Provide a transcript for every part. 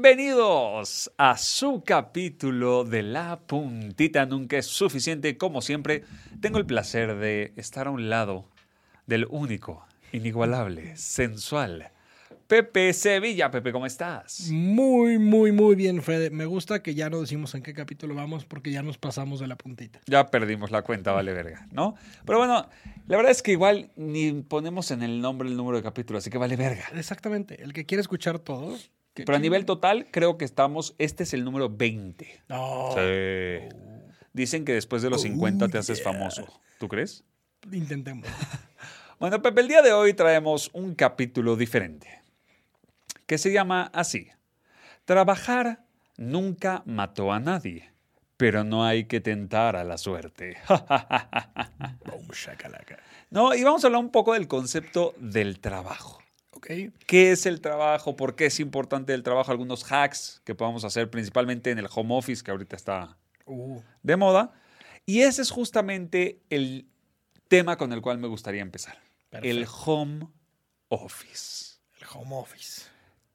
Bienvenidos a su capítulo de La Puntita Nunca es Suficiente. Como siempre, tengo el placer de estar a un lado del único, inigualable, sensual, Pepe Sevilla. Pepe, ¿cómo estás? Muy, muy, muy bien, Fede. Me gusta que ya no decimos en qué capítulo vamos porque ya nos pasamos de la puntita. Ya perdimos la cuenta, vale verga, ¿no? Pero bueno, la verdad es que igual ni ponemos en el nombre el número de capítulo, así que vale verga. Exactamente. El que quiere escuchar todo. que- Pero a que- nivel total, creo que estamos, este es el número 20. No. Sí. Oh. Dicen que después de los 50 te haces famoso. ¿Tú crees? Intentemos. Bueno, Pepe, el día de hoy traemos un capítulo diferente, que se llama así. Trabajar nunca mató a nadie, pero no hay que tentar a la suerte. Boom, shakalaka. no, y vamos a hablar un poco del concepto del trabajo. Ok. ¿Qué es el trabajo? ¿Por qué es importante el trabajo? Algunos hacks que podamos hacer principalmente en el home office, que ahorita está Uh, de moda. Y ese es justamente el tema con el cual me gustaría empezar. El Perfecto. home office. el home office.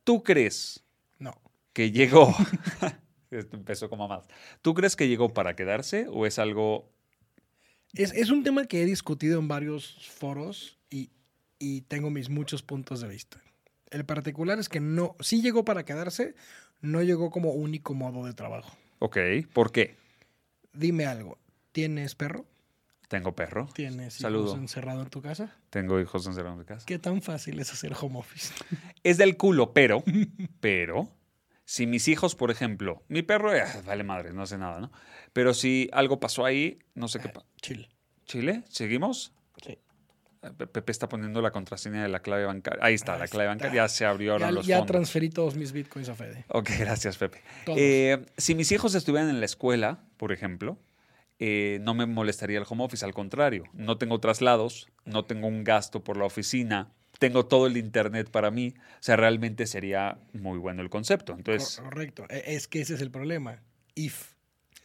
¿Tú crees No. que llegó? Esto empezó como más. ¿Tú crees que llegó para quedarse o es algo... Es, es un tema que he discutido en varios foros y, y tengo mis muchos puntos de vista. El particular es que no, sí llegó para quedarse, no llegó como único modo de trabajo. Ok, ¿por qué? Dime algo. ¿Tienes perro? Tengo perro, ¿Tienes hijos Saludo. encerrado en tu casa? tengo hijos encerrados en mi casa. ¿Qué tan fácil es hacer home office? Es del culo, pero, pero, si mis hijos, por ejemplo, mi perro, eh, vale madre, no hace nada, ¿no? Pero si algo pasó ahí, no sé qué... Eh. pa- Chill. ¿Chile? ¿Seguimos? Sí. Ah, Pe- Pepe está poniendo la contraseña de la clave bancaria. Ahí está, Ahí la clave está. bancaria. Ya se abrió ahora Ya, los ya fondos. transferí todos mis bitcoins a Fede. Ok, gracias, Pepe. Todos. Eh, si mis hijos estuvieran en la escuela, por ejemplo, eh, no me molestaría el home office. Al contrario, no tengo traslados, no tengo un gasto por la oficina, tengo todo el internet para mí. O sea, realmente sería muy bueno el concepto. Entonces, Cor- Correcto. E- Es que ese es el problema. If.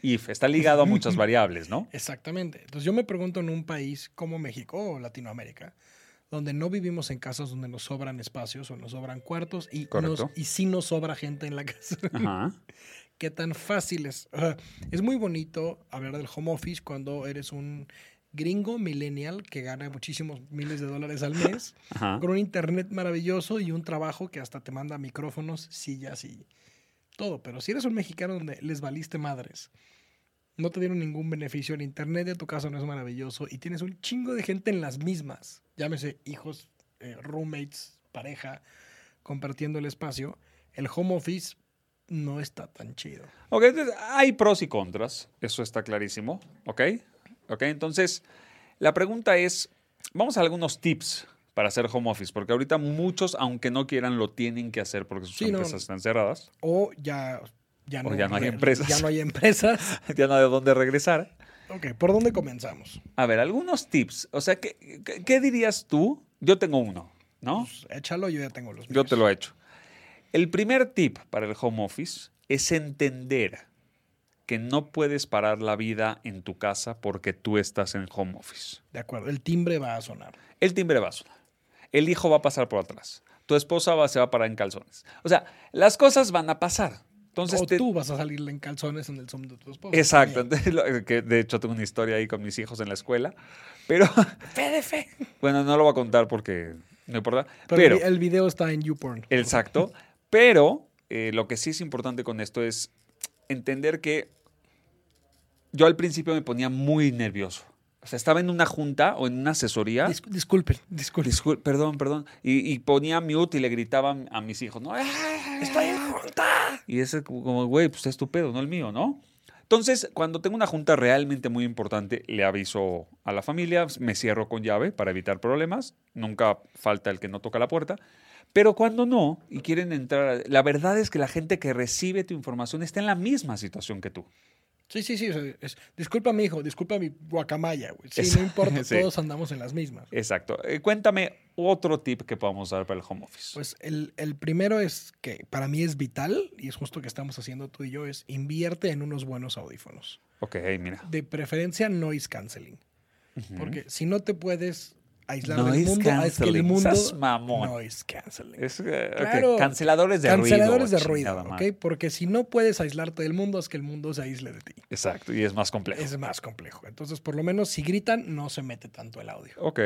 if está ligado a muchas variables, ¿no? Exactamente. Entonces yo me pregunto en un país como México o Latinoamérica, donde no vivimos en casas donde nos sobran espacios o nos sobran cuartos y, nos, Correcto. y sí nos sobra gente en la casa. Ajá. qué tan fácil es. O sea, es muy bonito hablar del home office cuando eres un gringo millennial que gana muchísimos miles de dólares al mes, Ajá. con un internet maravilloso y un trabajo que hasta te manda micrófonos, sillas y todo. Pero si eres un mexicano donde les valiste madres, no te dieron ningún beneficio, el internet de tu casa no es maravilloso y tienes un chingo de gente en las mismas, llámese hijos, eh, roommates, pareja, compartiendo el espacio, el home office no está tan chido. Ok, entonces hay pros y contras, eso está clarísimo, ¿ok? Ok, entonces la pregunta es, vamos a algunos tips para hacer home office, porque ahorita muchos, aunque no quieran, lo tienen que hacer porque sus Sí, no. empresas están cerradas, O ya, ya, O no, ya no hay re- empresas. Ya no hay empresas. ya no hay a dónde regresar. ok, ¿por dónde comenzamos? A ver, algunos tips, o sea, ¿qué, qué- qué dirías tú? Yo tengo uno, ¿no? Pues, échalo, yo ya tengo los Yo míos. te lo he hecho. El primer tip para el home office es entender que no puedes parar la vida en tu casa porque tú estás en home office. De acuerdo, el timbre va a sonar. El timbre va a sonar. El hijo va a pasar por atrás. Tu esposa va, se va a parar en calzones. O sea, las cosas van a pasar. Entonces, o te- tú vas a salir en calzones en el Zoom de tu esposa. Exacto. Bien. Entonces, lo- que de hecho, tengo una historia ahí con mis hijos en la escuela. Pero, Fe de fe. bueno, no lo voy a contar porque no importa. Pero, Pero, el- el video está en YouPorn. exacto. Pero eh, lo que sí es importante con esto es entender que yo al principio me ponía muy nervioso. O sea, estaba en una junta o en una asesoría. Dis- disculpen, disculpen. Discul- perdón, perdón. Y, y ponía mute y le gritaba a mis hijos, ¿no? ¡Estoy en junta! Y ese como- como, güey, pues es tu pedo, no el mío, ¿no? Entonces, cuando tengo una junta realmente muy importante, le aviso a la familia, me cierro con llave para evitar problemas. Nunca falta el que no toca la puerta. Pero cuando no y quieren entrar, la verdad es que la gente que recibe tu información está en la misma situación que tú. Sí, sí, sí. o sea, es- disculpa a mi hijo, disculpa a mi guacamaya, güey. Sí, Esa- no importa, sí. todos andamos en las mismas. Exacto. Eh, cuéntame otro tip que podamos dar para el home office. Pues el, el primero es que para mí es vital, y es justo que estamos haciendo tú y yo, es invierte en unos buenos audífonos. ok, mira. De preferencia, noise canceling. Ujú. Porque si no te puedes aislar del mundo a- es que el mundo Seas mamón. noise canceling. Es, eh, ok, Claro. Canceladores de Canceladores ruido. de ruido, chingada madre. ¿ok? Porque si no puedes aislarte del mundo, es que el mundo se aísle de ti. Exacto, y es más complejo. Es más complejo. Entonces, por lo menos si gritan, no se mete tanto el audio. Ok,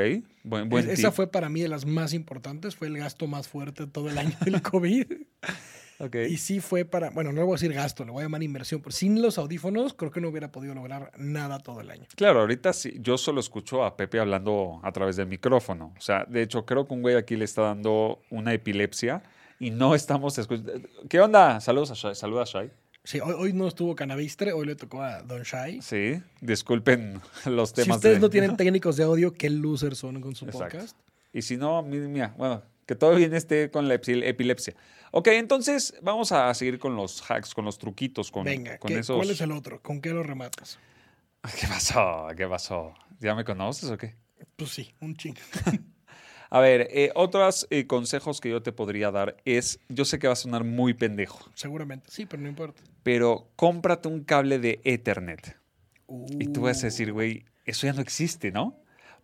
buen, buen Es- esa tip. fue para mí de las más importantes. Fue el gasto más fuerte todo el año del COVID. Ok. y sí fue para, bueno, no le voy a decir gasto, le voy a llamar inversión. Pero sin los audífonos, creo que no hubiera podido lograr nada todo el año. Claro, ahorita sí, yo solo escucho a Pepe hablando a través del micrófono. O sea, de hecho, creo que un güey aquí le está dando una epilepsia y no estamos escuchando. ¿Qué onda? Saludos a Shai. Saluda a Shai. Sí, hoy, hoy no estuvo Canavistre, hoy le tocó a Don Shai. Sí, disculpen los temas. Si ustedes de- no tienen técnicos de audio, qué losers son con su Exacto. podcast. Y si no, mi- mira, bueno, que todo bien esté con la epsil- epilepsia. Ok, entonces vamos a seguir con los hacks, con los truquitos, con, Venga, con ¿qué- esos. ¿cuál es el otro? ¿Con qué lo rematas? ¿Qué pasó? ¿Qué pasó? ¿Ya me conoces o qué? Pues sí, un chingo. A ver, eh, otros eh, consejos que yo te podría dar es, yo sé que va a sonar muy pendejo, Seguramente. Sí, pero no importa. pero cómprate un cable de Ethernet. Y tú vas Uh, a decir, güey, eso ya no existe, ¿no?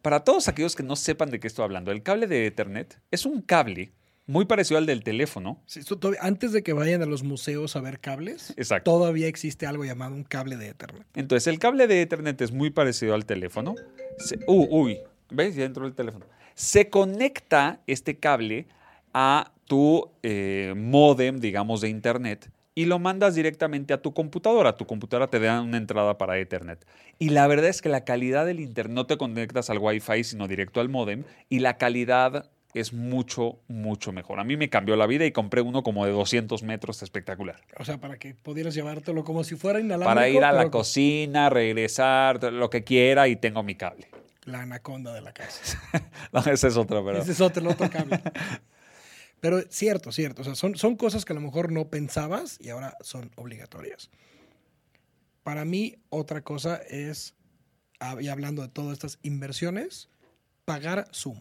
Para todos aquellos que no sepan de qué estoy hablando, el cable de Ethernet es un cable muy parecido al del teléfono. Uh. sí, esto todavía- antes de que vayan a los museos a ver cables, Exacto. todavía existe algo llamado un cable de Ethernet. Entonces, el cable de Ethernet es muy parecido al teléfono. Se- uh, uy, ¿ves? Ya entró el teléfono. Se conecta este cable a tu eh, modem, digamos, de Internet y lo mandas directamente a tu computadora. Tu computadora te da una entrada para Ethernet. Y la verdad es que la calidad del Internet, no te conectas al Wi-Fi, sino directo al modem, y la calidad es mucho, mucho mejor. A mí me cambió la vida y compré uno como de 200 metros espectacular. O sea, para que pudieras llevártelo como si fuera inalámbrico. Para ir a la pero con cocina, regresar, lo que quiera y tengo mi cable. La anaconda de la casa. No, esa es otra, ¿verdad? Ese es otro, el otro cable. Pero cierto, cierto. O sea, son, son cosas que a lo mejor no pensabas y ahora son obligatorias. Para mí, otra cosa es, hab- y hablando de todas estas inversiones, pagar Zoom.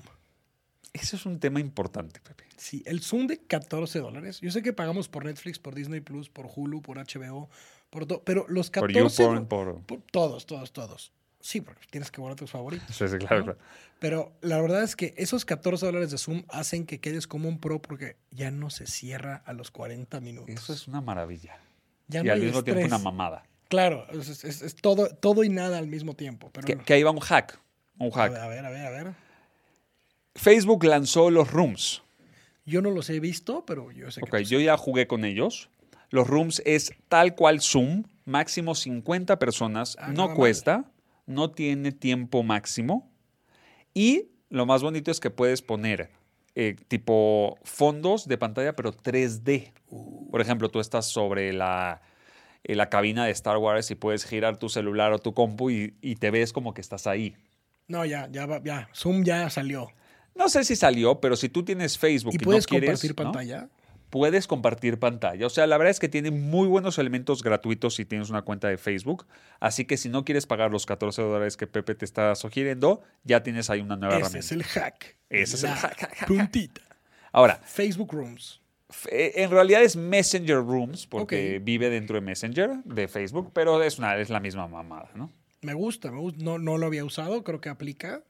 Eso es un tema importante, Pepe. Sí, el Zoom de 14 dólares. Yo sé que pagamos por Netflix, por Disney Plus, por Hulu, por HBO, por todo. Pero los Por 14. YouPorn, por... por- todos, todos, todos. Sí, porque tienes que guardar tus favoritos. Sí, sí, claro, ¿no? claro. Pero la verdad es que esos 14 dólares de Zoom hacen que quedes como un pro porque ya no se cierra a los 40 minutos. Eso es una maravilla. ya y no al hay mismo tiempo estrés. una mamada. Claro, es, es- es- es todo, todo y nada al mismo tiempo. Pero Que, no. que ahí va un hack. Un a hack. ver, a ver, a ver, a ver. Facebook lanzó los rooms. Yo no los he visto, pero yo sé Ok, que... yo ya jugué con ellos. Los rooms es tal cual Zoom, máximo 50 personas, Ah, nada no mal. cuesta, no tiene tiempo máximo. Y lo más bonito es que puedes poner eh, tipo fondos de pantalla, pero 3D. Uh. Por ejemplo, tú estás sobre la, eh, la cabina de Star Wars y puedes girar tu celular o tu compu y, y te ves como que estás ahí. No, ya, ya, va- ya. Zoom ya salió. No sé si salió, pero si tú tienes Facebook y, ¿Y puedes no quieres, compartir ¿no? pantalla? puedes compartir pantalla. O sea, la verdad es que tiene muy buenos elementos gratuitos si tienes una cuenta de Facebook. Así que si no quieres pagar los 14 dólares que Pepe te está sugiriendo, ya tienes ahí una nueva Ese herramienta. es el hack. Ese es el La hack, hack, hack, Puntita. Ahora, Facebook Rooms. f- eh, en realidad es Messenger Rooms, porque Ok. vive dentro de Messenger, de Facebook, pero es, una, es la misma mamada, ¿no? Me gusta, me gusta. No, no lo había usado, creo que aplica.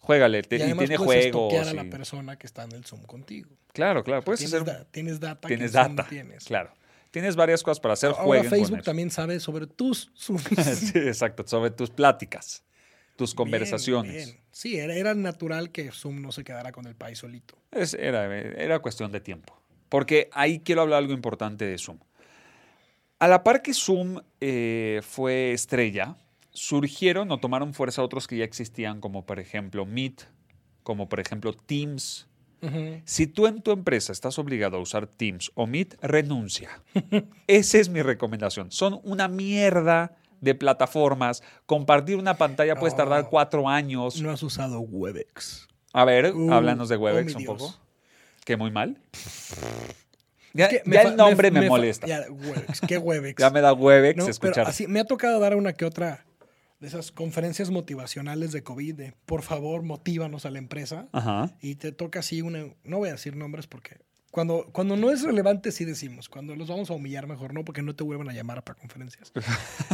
Juégale, te- y y, además tiene puedes juegos. estoquear a y- la persona que está en el Zoom contigo. Claro, claro, puedes tienes, hacer... da- tienes data. que Tienes en Zoom data, Tienes. claro. Tienes varias cosas para hacer, Ahora jueguen con Facebook eso. también sabe sobre tus Zooms. Sí, exacto, sobre tus pláticas, tus Bien, conversaciones. bien. Sí, era, era natural que Zoom no se quedara con el país solito. Es- era, era cuestión de tiempo. Porque ahí quiero hablar algo importante de Zoom. A la par que Zoom eh, fue estrella, surgieron o tomaron fuerza otros que ya existían, como por ejemplo Meet, como por ejemplo Teams. Si tú en tu empresa estás obligado a usar Teams o Meet, renuncia. Esa es mi recomendación. Son una mierda de plataformas. Compartir una pantalla puedes No. tardar cuatro años. No has usado Webex. A ver, Uh, háblanos de oh, Webex un mi Dios. poco. Que muy mal. Ya, Que ya fa- el nombre me, fa- molesta. Ya, Ya, Webex. ¿Qué Webex? me da Webex No, pero escuchar. así me ha tocado dar una que otra de esas conferencias motivacionales de COVID, de por favor, motívanos a la empresa. Ajá. Y te toca así una, no voy a decir nombres porque Cuando, cuando no es relevante, sí decimos. Cuando los vamos a humillar, mejor no, porque no te vuelvan a llamar para conferencias.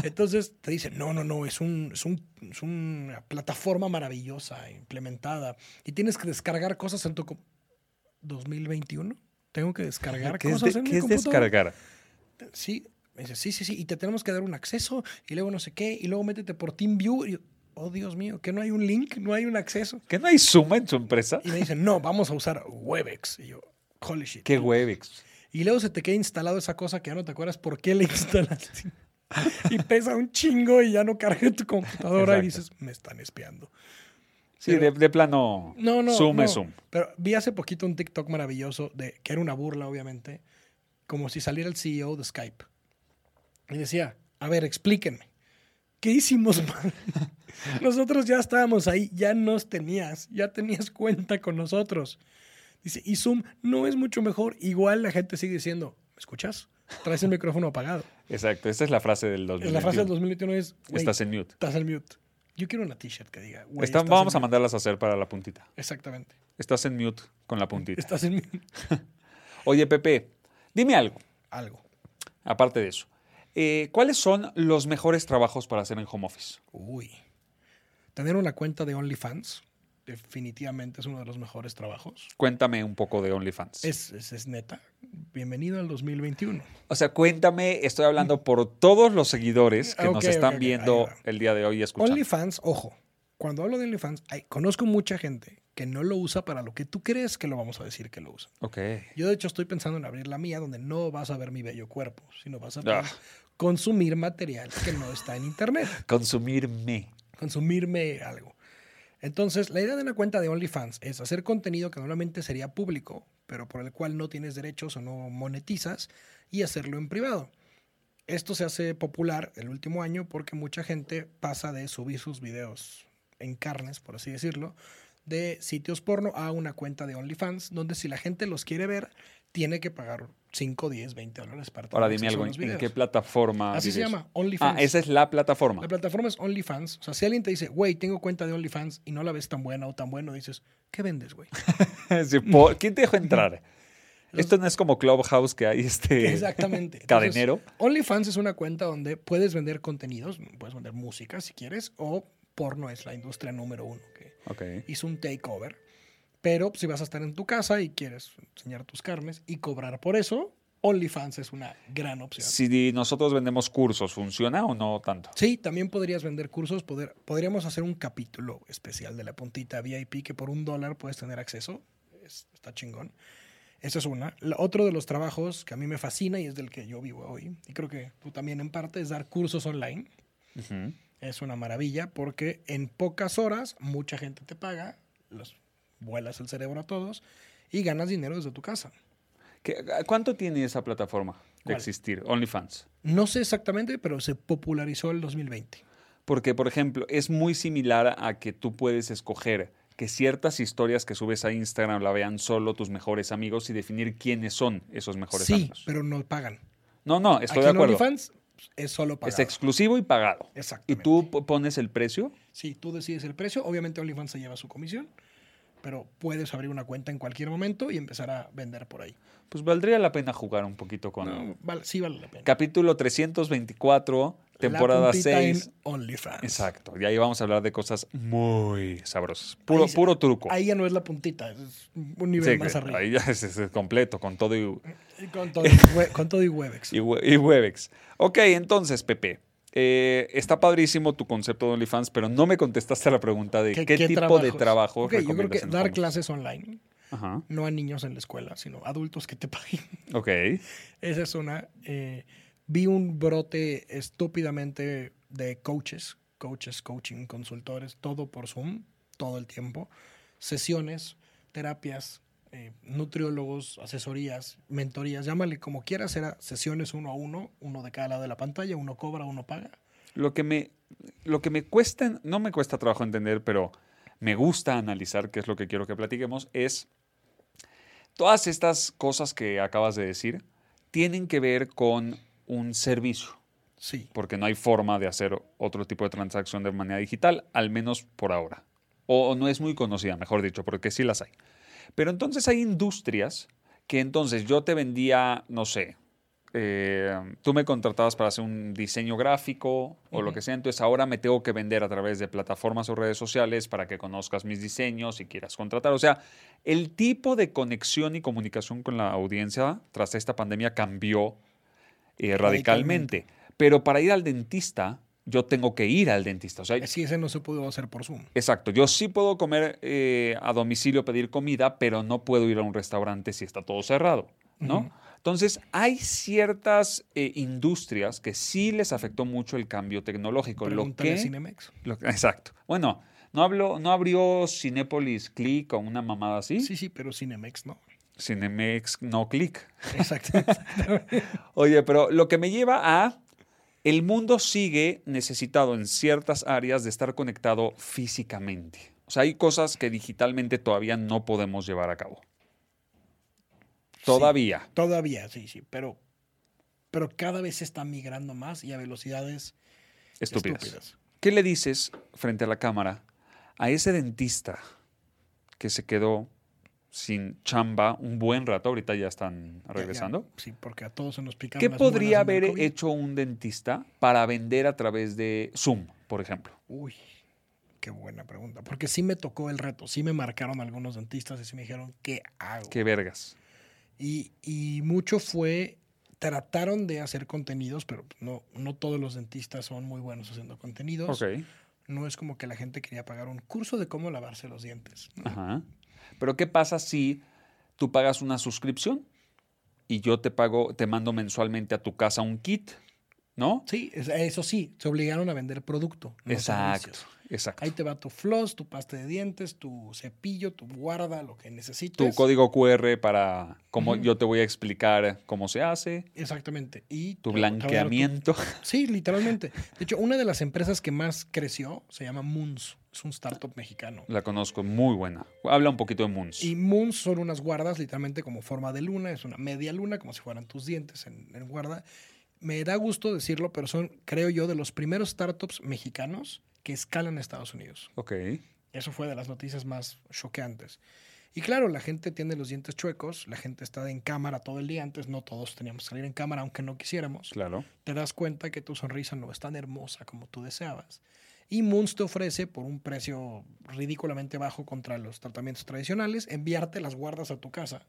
Entonces te dicen, no, no, no, es, un, es, un, es una plataforma maravillosa, implementada. Y tienes que descargar cosas en tu... com- ¿2021? ¿Tengo que descargar ¿Qué es, cosas de- en qué mi es computadora? descargar? sí, me dice, sí, sí, sí, y te tenemos que dar un acceso, y luego no sé qué, y luego métete por TeamViewer. Y yo, oh, Dios mío, que no hay un link, no hay un acceso. ¿Que no hay suma en su empresa? Y me dicen, no, vamos a usar Webex. Y yo, holy shit. ¿Qué Webex? Y luego se te queda instalado esa cosa que ya no te acuerdas por qué la instalaste. y pesa un chingo y ya no carga en tu computadora y Exacto. dices, me están espiando. Sí, de, de plano. No, no. Zoom no. es Zoom. Pero vi hace poquito un TikTok maravilloso de que era una burla, obviamente, como si saliera el CEO de Skype. Y decía, a ver, explíquenme. ¿Qué hicimos mal? nosotros ya estábamos ahí, ya nos tenías, ya tenías cuenta con nosotros. Dice, y Zoom no es mucho mejor. Igual la gente sigue diciendo, ¿me escuchas? Traes el micrófono apagado. Exacto, esta es la frase del 2021. La frase del 2021 es, güey, Estás en mute. estás en mute. Yo quiero una t-shirt que diga, güey, Están- estás en vamos a mute. mandarlas a hacer para la puntita. Exactamente. Estás en mute con la puntita. Estás en mute. Oye, Pepe, dime algo, algo. aparte de eso. Eh, ¿Cuáles son los mejores trabajos para hacer en home office? Uy. Tener una cuenta de OnlyFans definitivamente es uno de los mejores trabajos. Cuéntame un poco de OnlyFans. Es, es, es neta. Bienvenido al 2021. O sea, cuéntame, estoy hablando por todos los seguidores que Mm. Ah, nos ok, ok, están ok, ahí viendo va. el día de hoy y escuchando. OnlyFans, ojo. Cuando hablo de OnlyFans, ay, conozco mucha gente que no lo usa para lo que tú crees que lo vamos a decir que lo usa. Ok. Yo de hecho estoy pensando en abrir la mía donde no vas a ver mi bello cuerpo, sino vas a Ah. consumir material que no está en internet. Consumirme. consumirme algo. Entonces, la idea de una cuenta de OnlyFans es hacer contenido que normalmente sería público, pero por el cual no tienes derechos o no monetizas, y hacerlo en privado. Esto se hace popular el último año porque mucha gente pasa de subir sus videos en carnes, por así decirlo, de sitios porno a una cuenta de OnlyFans, donde si la gente los quiere ver, tiene que pagar 5, 10, 20 dólares para tener Ahora dime acceso a algo, los ¿en- ¿en videos. qué plataforma? Así se vives? llama, OnlyFans. Ah, esa es la plataforma. La plataforma es OnlyFans. O sea, si alguien te dice, güey, tengo cuenta de OnlyFans y no la ves tan buena o tan bueno, dices, ¿qué vendes, güey? Sí, por- ¿Quién te dejó entrar? Esto no es como Clubhouse que hay este Exactamente. Entonces, cadenero. OnlyFans es una cuenta donde puedes vender contenidos, puedes vender música si quieres, o porno es la industria número uno que Ok. hizo un takeover. Pero pues, si vas a estar en tu casa y quieres enseñar tus carnes y cobrar por eso, OnlyFans es una gran opción. Si di- nosotros vendemos cursos, ¿funciona o no tanto? Sí, también podrías vender cursos. poder- podríamos hacer un capítulo especial de la puntita VIP que por un dólar puedes tener acceso. Es- está chingón. Esa es una. La- otro de los trabajos que a mí me fascina y es del que yo vivo hoy, y creo que tú también en parte, es dar cursos online. Ujú. Es una maravilla porque en pocas horas mucha gente te paga, los vuelas el cerebro a todos y ganas dinero desde tu casa. ¿Qué- ¿Cuánto tiene esa plataforma de ¿Cuál? existir? OnlyFans. No sé exactamente, pero se popularizó el 2020. Porque, por ejemplo, es muy similar a que tú puedes escoger que ciertas historias que subes a Instagram la vean solo tus mejores amigos y definir quiénes son esos mejores Sí, amigos. pero no pagan. No, no, estoy Aquí de en acuerdo. OnlyFans es solo pagar. Es exclusivo y pagado. ¿Y Exactamente. tú po- pones el precio? Sí, tú decides el precio. Obviamente OnlyFans se lleva su comisión, pero puedes abrir una cuenta en cualquier momento y empezar a vender por ahí. Pues valdría la pena jugar un poquito con... No, vale- sí vale la pena. Capítulo 324, temporada La puntita 6. en OnlyFans. Exacto. Y ahí vamos a hablar de cosas muy sabrosas. Puro, Ahí- puro truco. Ahí ya no es la puntita, es un nivel Sí, más arriba. Ahí ya es, es completo, con todo y, Y Con, todo y we- con todo y Webex. y, we- y Webex. Ok, entonces, Pepe. eh, está padrísimo tu concepto de OnlyFans, pero no me contestaste a la pregunta de qué, tipo de trabajos? trabajo Ok, yo creo recomiendas que en dar Home Office. clases online, Ajá. no a niños en la escuela, sino adultos que te paguen. Ok. Esa es una. eh, vi un brote estúpidamente de coaches, coaches, coaching, consultores, todo por Zoom, todo el tiempo. Sesiones, terapias, eh, nutriólogos, asesorías, mentorías, llámale como quieras, era sesiones uno a uno, uno de cada lado de la pantalla, uno cobra, uno paga. Lo que me, lo que me cuesta, no me cuesta trabajo entender, pero me gusta analizar, que es lo que quiero que platiquemos, es todas estas cosas que acabas de decir tienen que ver con un servicio, Sí, porque no hay forma de hacer otro tipo de transacción de manera digital, al menos por ahora. O no es muy conocida, mejor dicho, porque sí las hay. Pero entonces hay industrias que entonces yo te vendía, no sé, eh, tú me contratabas para hacer un diseño gráfico o lo que sea, entonces ahora me tengo que vender a través de plataformas o redes sociales para que conozcas mis diseños y quieras contratar. O sea, el tipo de conexión y comunicación con la audiencia tras esta pandemia cambió eh, radicalmente. Radicalmente. Pero para ir al dentista, yo tengo que ir al dentista. O sea, Es que ese no se pudo hacer por Zoom. Exacto, yo sí puedo comer eh, a domicilio, pedir comida, pero no puedo ir a un restaurante si está todo cerrado, ¿no? Ujú. Entonces, hay ciertas eh, industrias que sí les afectó mucho el cambio tecnológico. Lo Pregúntale que, a Cinemex. lo que- exacto. Bueno, no, habló, no abrió Cinépolis Click o una mamada así. Sí, sí, pero Cinemex no. Cinemex no Click. Exacto. exactamente. Oye, pero lo que me lleva a... El mundo sigue necesitado en ciertas áreas de estar conectado físicamente. O sea, hay cosas que digitalmente todavía no podemos llevar a cabo. Todavía. Todavía, sí, sí, pero, pero cada vez se está migrando más y a velocidades Estúpidas. estúpidas. ¿Qué le dices frente a la cámara a ese dentista que se quedó sin chamba un buen rato? Ahorita ya están Ya, ya, regresando. Sí, porque a todos se nos picaron ¿Qué las muelas en el podría haber COVID. hecho un dentista para vender a través de Zoom, por ejemplo? Uy, qué buena pregunta. Porque sí me tocó el reto. Sí me marcaron algunos dentistas y sí me dijeron, ¿qué hago? Qué vergas. Y, y mucho fue, trataron de hacer contenidos, pero no, no todos los dentistas son muy buenos haciendo contenidos. Ok. No es como que la gente quería pagar un curso de cómo lavarse los dientes. Ajá. Pero ¿qué pasa si tú pagas una suscripción y yo te pago, te mando mensualmente a tu casa un kit, ¿no? Sí, es- eso sí, se obligaron a vender producto. no exacto, servicios. exacto. Ahí te va tu floss, tu pasta de dientes, tu cepillo, tu guarda, lo que necesites. tu código QR para cómo Ujú. yo te voy a explicar cómo se hace, Exactamente. Y tu te va- te va a dar tu- blanqueamiento. Sí, literalmente. De hecho, una de las empresas que más creció se llama Moons. Es un startup mexicano. La conozco, muy buena. Habla un poquito de Moons. Y moons son unas guardas literalmente como forma de luna, es una media luna, como si fueran tus dientes en, en guarda. Me da gusto decirlo, pero son, creo yo, de los primeros startups mexicanos que escalan a Estados Unidos. Ok. Eso fue de las noticias más choqueantes. Y claro, la gente tiene los dientes chuecos, la gente está en cámara todo el día antes, no todos teníamos que salir en cámara aunque no quisiéramos Claro. te das cuenta que tu sonrisa no es tan hermosa como tú deseabas. Y Moons te ofrece por un precio ridículamente bajo contra los tratamientos tradicionales enviarte las guardas a tu casa.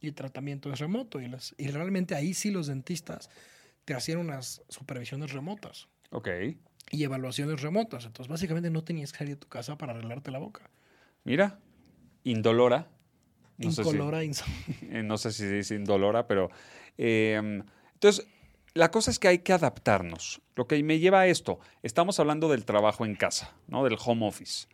Y el tratamiento es remoto. Y, las, y realmente ahí sí los dentistas te hacían unas supervisiones remotas Ok. y evaluaciones remotas. Entonces básicamente no tenías que salir de tu casa para arreglarte la boca. Mira, Indolora. No sé si- Incolora, insom- eh, no sé si se dice indolora, pero... eh, entonces, la cosa es que hay que adaptarnos. Lo que me lleva a esto, estamos hablando del trabajo en casa, ¿no? del home office.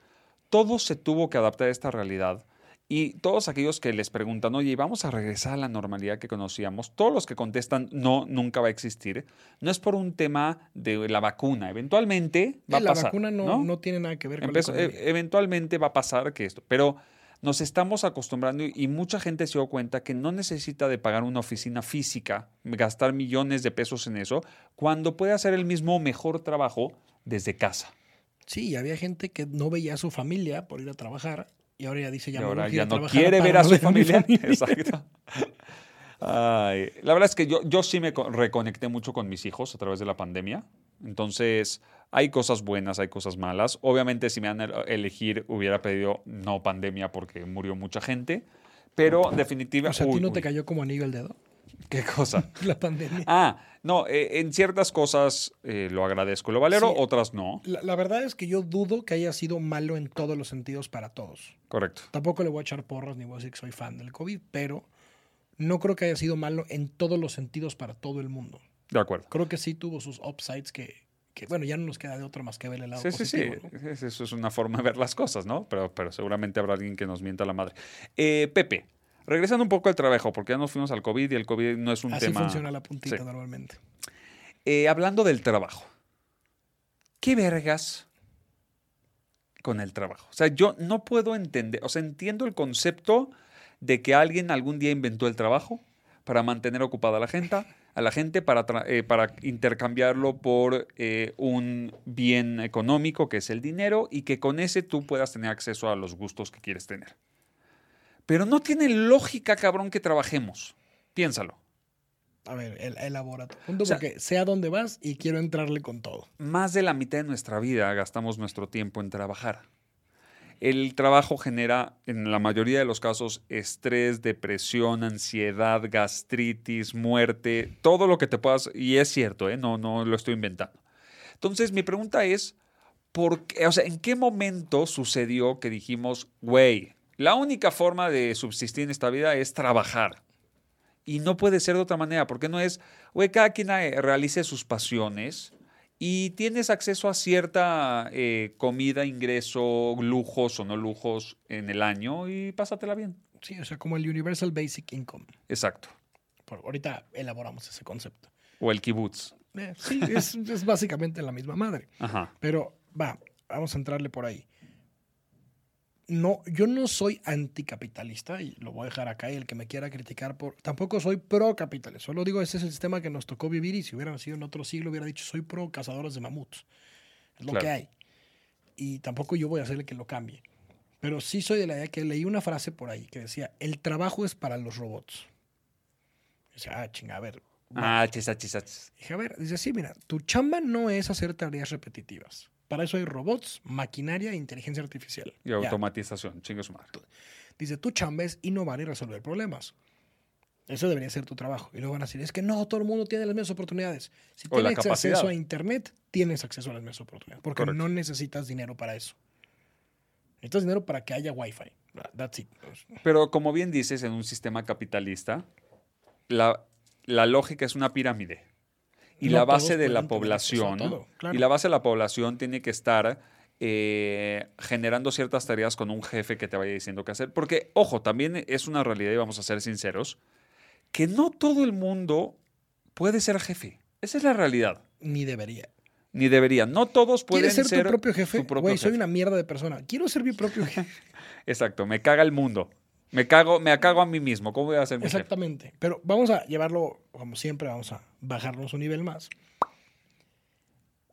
Todo se tuvo que adaptar a esta realidad y todos aquellos que les preguntan, oye, ¿y ¿vamos a regresar a la normalidad que conocíamos? Todos los que contestan, no, nunca va a existir, no es por un tema de la vacuna. Eventualmente va a la pasar. vacuna no, ¿no? no tiene nada que ver con Empezó- la economía. e- eventualmente va a pasar que esto, pero nos estamos acostumbrando y- y mucha gente se dio cuenta que no necesita de pagar una oficina física, gastar millones de pesos en eso, cuando puede hacer el mismo o mejor trabajo desde casa. Sí, y había gente que no veía a su familia por ir a trabajar y ahora ya dice ya y me ahora urge ir ya a no trabajar quiere para ver a no su a mi familia. Exacto. Ay, la verdad es que yo, yo sí me co- reconecté mucho con mis hijos a través de la pandemia. Entonces, hay cosas buenas, hay cosas malas. Obviamente, si me dan a elegir, hubiera pedido no pandemia porque murió mucha gente. Pero definitivamente... O sea, ¿a ti no te cayó como anillo el dedo ¿Qué cosa? la pandemia? Ah, no, eh, en ciertas cosas eh, lo agradezco, y lo valero, Sí. otras no. La, la verdad es que yo dudo que haya sido malo en todos los sentidos para todos. Correcto. Tampoco le voy a echar porras ni voy a decir que soy fan del COVID, pero no creo que haya sido malo en todos los sentidos para todo el mundo. De acuerdo. Creo que sí tuvo sus upsides que, que, bueno, ya no nos queda de otra más que ver el lado Sí, sí, sí. positivo. ¿no? Es- Eso es una forma de ver las cosas, ¿no? Pero, pero seguramente habrá alguien que nos mienta la madre. Eh, Pepe, regresando un poco al trabajo, porque ya nos fuimos al COVID y el COVID no es un Así tema. funciona la puntita Sí. normalmente. Eh, hablando del trabajo. ¿Qué vergas con el trabajo? O sea, yo no puedo entender, o sea, entiendo el concepto de que alguien algún día inventó el trabajo para mantener ocupada a la gente, a la gente para, tra- eh, para intercambiarlo por eh, un bien económico que es el dinero y que con ese tú puedas tener acceso a los gustos que quieres tener. Pero no tiene lógica, cabrón, que trabajemos. Piénsalo. A ver, el, elabora tu punto O sea- porque sé a dónde vas y quiero entrarle con todo. Más de la mitad de nuestra vida gastamos nuestro tiempo en trabajar. El trabajo genera, en la mayoría de los casos, estrés, depresión, ansiedad, gastritis, muerte, todo lo que te puedas. Y es cierto, ¿eh? no, no lo estoy inventando. Entonces, mi pregunta es: ¿por qué- o sea, ¿en qué momento sucedió que dijimos, güey, la única forma de subsistir en esta vida es trabajar? Y no puede ser de otra manera, porque no es, güey, cada quien eh, realice sus pasiones y tienes acceso a cierta eh, comida, ingreso, lujos o no lujos en el año y pásatela bien. Sí, o sea, como el Universal Basic Income. Exacto. Por- ahorita elaboramos ese concepto. O el kibutz. Eh, sí, es, es básicamente la misma madre. Ajá. Pero va, vamos a entrarle por ahí. No, yo no soy anticapitalista y lo voy a dejar acá y el que me quiera criticar por... Tampoco soy pro-capitalista, solo digo, ese es el sistema que nos tocó vivir y si hubiera nacido en otro siglo hubiera dicho, soy pro-cazadores de mamuts. Es lo Claro. que hay. Y tampoco yo voy a hacerle que lo cambie. Pero sí soy de la idea que leí una frase por ahí que decía, el trabajo es para los robots. O sea, ah, chinga, a ver, Ah, chis, ah, chis, ah, chis. Dije, a ver, dice, sí, mira, tu chamba no es hacer tareas repetitivas. Para eso hay robots, maquinaria e inteligencia artificial. Y Ya. automatización, chingue su madre. Dice, tu chamba es innovar y resolver problemas. Eso debería ser tu trabajo. Y luego van a decir, es que no, todo el mundo tiene las mismas oportunidades. Si O la tienes capacidad. acceso a Internet, tienes acceso a las mismas oportunidades. Porque Correcto. no necesitas dinero para eso. Necesitas dinero para que haya Wi-Fi. Ah, That's it. Pues, Pero como bien dices, en un sistema capitalista, la, la lógica es una pirámide. Y No la todos base de la pueden tener acceso a población. todo, claro. Y la base de la población tiene que estar eh, generando ciertas tareas con un jefe que te vaya diciendo qué hacer. Porque, ojo, también es una realidad, y vamos a ser sinceros, que no todo el mundo puede ser jefe. Esa es la realidad. Ni debería. Ni debería. No todos pueden ¿Quieres ser, tu propio jefe? tu propio Güey, soy jefe. una mierda de persona. Quiero ser mi propio jefe. Exacto. Me caga el mundo. Me cago, me cago a mí mismo. ¿Cómo voy a hacer mi jefe? Exactamente. Pero vamos a llevarlo, como siempre, vamos a bajarnos un nivel más.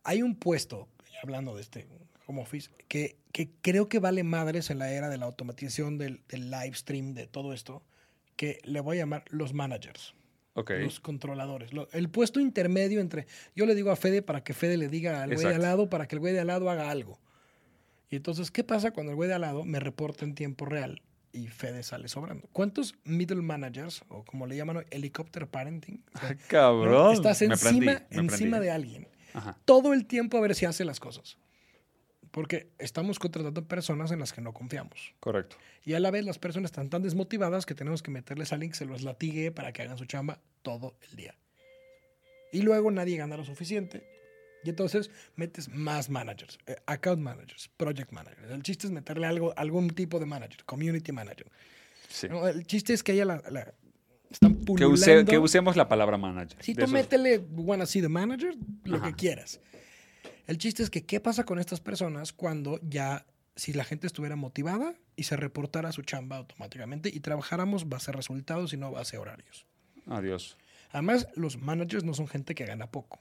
Hay un puesto, hablando de este home office, que, que creo que vale madres en la era de la automatización, del, del live stream, de todo esto, que le voy a llamar los managers, Ok. los controladores. lo- el puesto intermedio entre, yo le digo a Fede para que Fede le diga al güey de al Exacto. lado, para que el güey de al lado haga algo. Y entonces, ¿qué pasa cuando el güey de al lado me reporta en tiempo real y Fede sale sobrando? ¿Cuántos middle managers, o como le llaman hoy, helicópter parenting? O sea, Ah, Cabrón. Estás Me prendí, encima, me encima prendí. de alguien. Ajá. Todo el tiempo a ver si hace las cosas. Porque estamos contratando personas en las que no confiamos. Correcto. Y a la vez las personas están tan desmotivadas que tenemos que meterles a alguien que se los latigue para que hagan su chamba todo el día. Y luego nadie gana lo suficiente. Y entonces metes más managers, eh, account managers, project managers. El chiste es meterle algo, algún tipo de manager, community manager. Sí. No, El chiste es que haya la... la- están Que, pululando. use- que usemos la palabra manager. Si De tú esos- métele wanna see the manager, lo que Ajá. quieras. El chiste es que qué pasa con estas personas cuando ya, si la gente estuviera motivada y se reportara su chamba automáticamente y trabajáramos base resultados y no base horarios. Adiós. Además, los managers no son gente que gana poco.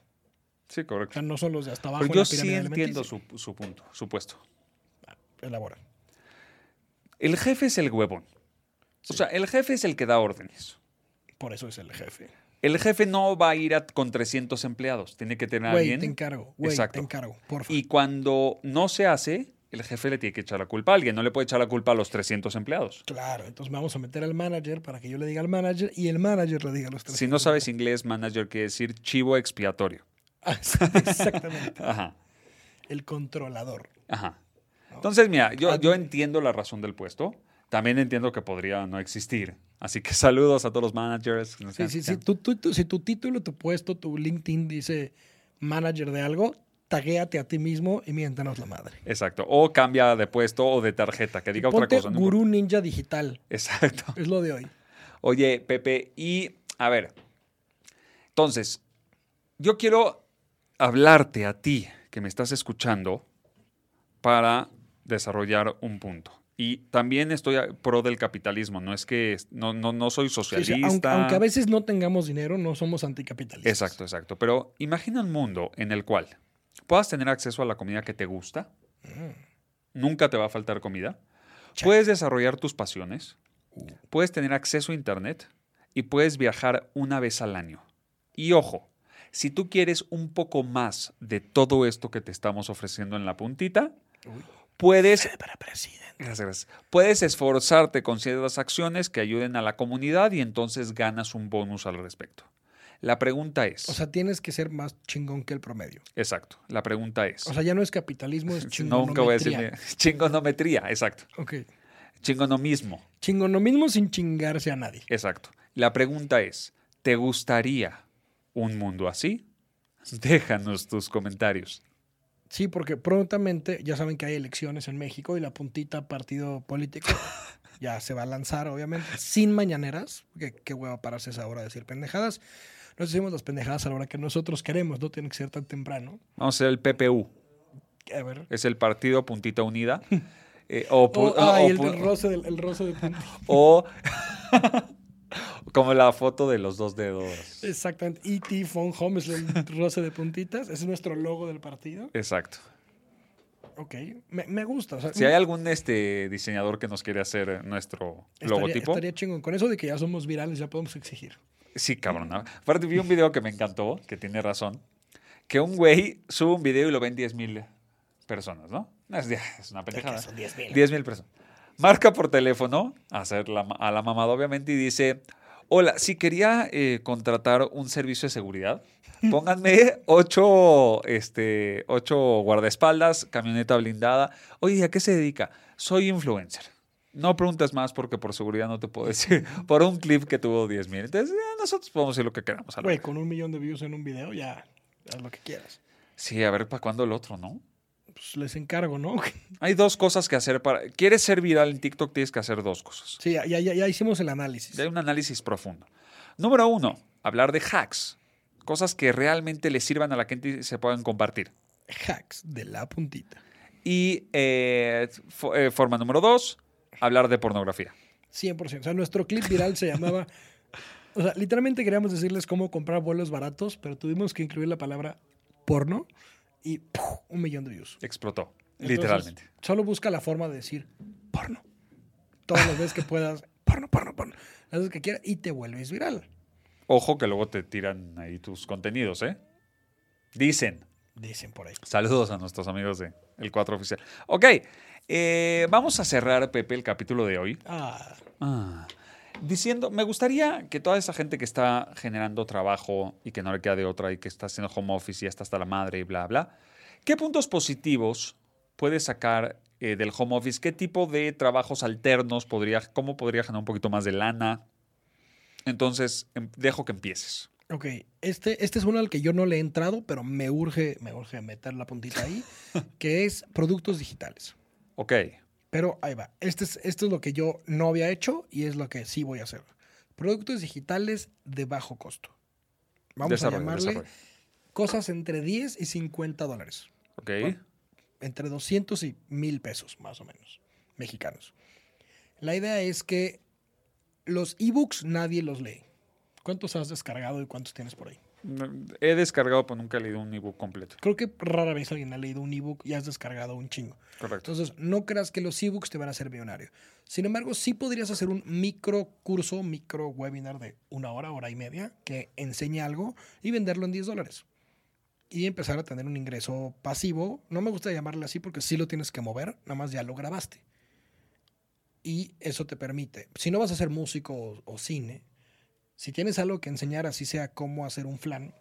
Sí, O correcto. sea, no son los de hasta abajo. Pero en Pues yo la sí pirámide entiendo alimenticia. su, su punto, su puesto. Elabora. El jefe es el huevón. O sea, el jefe es el que da órdenes. Por eso es el jefe. El jefe no va a ir a- con 300 empleados. Tiene que tener a Güey, alguien. te encargo. Güey, te Exacto. encargo. Por favor. Y cuando no se hace, el jefe le tiene que echar la culpa a alguien. No le puede echar la culpa a los 300 empleados. Claro, entonces vamos a meter al manager para que yo le diga al manager y el manager le diga a los tres. Si no sabes inglés, manager quiere decir chivo expiatorio. Ah, Exactamente. Ajá. El controlador. Ajá. Entonces, mira, Ah, yo, yo entiendo la razón del puesto. También entiendo que podría no existir. Así que saludos a todos los managers. que nos Sí, sean- sí, sí. sean- Tú, tú- tú- si tu título, tu puesto, tu LinkedIn dice manager de algo, taguéate a ti mismo y miéntanos la madre. Exacto. O cambia de puesto o de tarjeta, que diga otra Ponte cosa. no gurú importa. ninja digital. Exacto. Es lo de hoy. Oye, Pepe, y a ver. Entonces, yo quiero hablarte a ti que me estás escuchando para desarrollar un punto. Y también estoy a- pro del capitalismo, no es que no, no, no soy Sí, o sea, socialista. aunque, aunque a veces no tengamos dinero, no somos anticapitalistas. Exacto, exacto. Pero imagina un mundo en el cual puedas tener acceso a la comida que te Mm. gusta. Nunca te va a faltar comida. Check. Puedes desarrollar tus pasiones. Puedes tener acceso a Internet y puedes viajar una vez al año. Y ojo, si tú quieres un poco más de todo esto que te estamos ofreciendo en la puntita, puedes Para presidente. Gracias, gracias. Puedes esforzarte con ciertas acciones que ayuden a la comunidad y entonces ganas un bonus al respecto. La pregunta es, O sea, tienes que ser más chingón que el promedio. exacto, la pregunta es, O sea, ya no es capitalismo, es chingonometría. nunca voy a decir chingonometría, exacto, Ok. chingonomismo, Chingonomismo sin chingarse a nadie. exacto. La pregunta es, ¿te gustaría un mundo así? Déjanos tus comentarios. Sí, porque prontamente ya saben que hay elecciones en México y la puntita partido político ya se va a lanzar, obviamente, sin mañaneras. Qué, qué hueva pararse a esa hora de decir pendejadas. Nos decimos las pendejadas a la hora que nosotros queremos, no tiene que ser tan temprano. Vamos a hacer el PPU, A ver. es el Partido Puntita Unida. eh, o, pu- Oh, ay, o el, pu- del roce del, el roce de puntita. O como la foto de los dos dedos. Exactamente. E E.T. von Holmes, el roce de puntitas. Ese es nuestro logo del partido. Exacto. Ok. Me, me gusta. o sea, Si hay algún este diseñador que nos quiere hacer nuestro mm, estaría- logotipo. Estaría chingón. Con eso de que ya somos virales, ya podemos exigir. Sí, cabrón. ¿no? Aparte, vi un video que me encantó, que tiene razón. Que un güey sube un video y lo ven 10.000 mil personas, ¿no? No, Es, es una pendejada. 10,000. 10 mil personas. Marca por teléfono a, hacer la, ma- a la mamada, obviamente, y dice, hola, si quería eh, contratar un servicio de seguridad, pónganme ocho, este, ocho guardaespaldas, camioneta blindada. Oye, ¿a qué se dedica? Soy influencer. No preguntas más porque por seguridad no te puedo decir. Por un clip que tuvo 10 mil. Entonces, ya nosotros podemos decir lo que queramos. a la Güey, verga. con un millón de views en un video, ya, haz lo que quieras. Sí, a ver, ¿para cuándo el otro, no? Pues les encargo, ¿no? Hay dos cosas que hacer para... ¿Quieres ser viral en TikTok? Tienes que hacer dos cosas. Sí, ya, ya, ya- ya hicimos el análisis. de un análisis profundo. Número uno, hablar de hacks, cosas que realmente le sirvan a la gente y se puedan compartir. Hacks de la puntita. Y eh, fo- eh, forma número dos, hablar de pornografía. 100%. O sea, nuestro clip viral se llamaba... O sea, literalmente queríamos decirles cómo comprar vuelos baratos, pero tuvimos que incluir la palabra porno y ¡puf! un millón de views. Explotó, Entonces, literalmente. Solo busca la forma de decir porno. Todas las veces que puedas, porno, porno, porno. Las veces que quieras y te vuelves viral. Ojo que luego te tiran ahí tus contenidos, ¿eh? Dicen. Dicen por ahí. Saludos a nuestros amigos de El 4 Oficial. Ok, eh, vamos a cerrar, Pepe, el capítulo de hoy. Ah, Ah. Diciendo, me gustaría que toda esa gente que está generando trabajo y que no le queda de otra y que está haciendo home office y ya está hasta la madre y bla, bla, ¿qué puntos positivos puede sacar eh, del home office? ¿Qué tipo de trabajos alternos podría, cómo podría ganar un poquito más de lana? Entonces, em- dejo que empieces. Ok, este, este es uno al que yo no le he entrado, pero me urge, me urge meter la puntita ahí, que es productos digitales. Ok, Pero ahí va. Este es, esto es lo que yo no había hecho y es lo que sí voy a hacer. Productos digitales de bajo costo. Vamos desarrollo, a llamarle desarrollo. cosas entre 10 y 50 dólares. Ok, Entre 200 y 1000 pesos, más o menos, mexicanos. La idea es que los ebooks nadie los lee. ¿Cuántos has descargado y cuántos tienes por ahí? Mm, he descargado, pero nunca he leído un ebook completo. Creo que rara vez alguien ha leído un ebook y has descargado un chingo. Correcto. Entonces, no creas que los ebooks te van a hacer millonario. Sin embargo, sí podrías hacer un micro curso, micro webinar de una hora, hora y media, que enseñe algo y venderlo en 10 dólares. Y empezar a tener un ingreso pasivo. No me gusta llamarle así porque sí lo tienes que mover, nada más ya lo grabaste. Y eso te permite, si no vas a ser músico o, o cine, si tienes algo que enseñar, así sea cómo hacer un flan,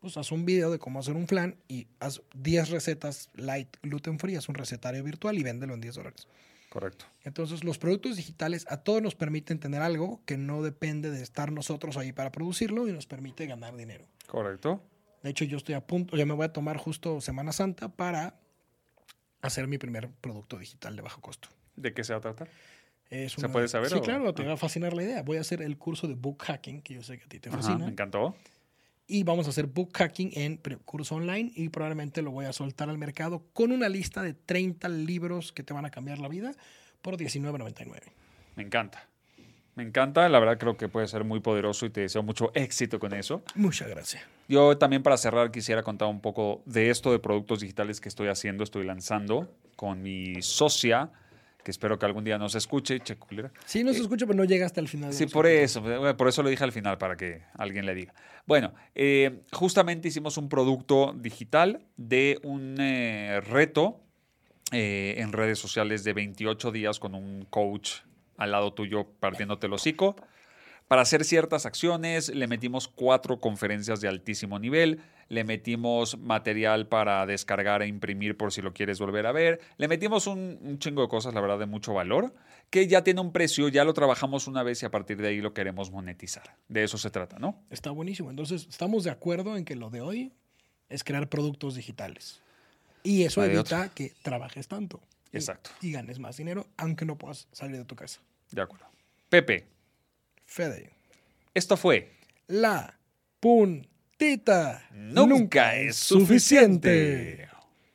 pues haz un video de cómo hacer un flan y haz 10 recetas light gluten free, haz un recetario virtual y véndelo en 10 dólares. Correcto. Entonces, los productos digitales a todos nos permiten tener algo que no depende de estar nosotros ahí para producirlo y nos permite ganar dinero. Correcto. De hecho, yo estoy a punto, ya me voy a tomar justo Semana Santa para hacer mi primer producto digital de bajo costo. ¿De qué se va a tratar? Es ¿Se una- puede saber Sí, o- claro, te ah. va a fascinar la idea. Voy a hacer el curso de book hacking, que yo sé que a ti te Ajá, fascina. me encantó. y vamos a hacer book hacking en pre- curso online y probablemente lo voy a soltar al mercado con una lista de 30 libros que te van a cambiar la vida por $19.99. Me encanta. Me encanta, la verdad creo que puede ser muy poderoso y te deseo mucho éxito con eso. Muchas gracias. Yo también para cerrar quisiera contar un poco de esto de productos digitales que estoy haciendo, estoy lanzando con mi socia que espero que algún día nos escuche, che culera. Sí, no se escucha, pero no llega hasta el final. de Eh, Sí, los por episodios. eso, bueno, por eso lo dije al final, para que alguien le diga. Bueno, eh, justamente hicimos un producto digital de un eh, reto eh, en redes sociales de 28 días con un coach al lado tuyo partiéndote el hocico. Para hacer ciertas acciones, le metimos cuatro conferencias de altísimo nivel, le metimos material para descargar e imprimir por si lo quieres volver a ver, le metimos un, un chingo de cosas, la verdad, de mucho valor, que ya tiene un precio, ya lo trabajamos una vez y a partir de ahí lo queremos monetizar. De eso se trata, ¿no? Está buenísimo. Entonces, estamos de acuerdo en que lo de hoy es crear productos digitales. Y eso Hay evita que trabajes tanto. y- Exacto. Y, ganes más dinero, aunque no puedas salir de tu casa. De acuerdo. Pepe, Fede, esto fue la puntita Nunca es suficiente.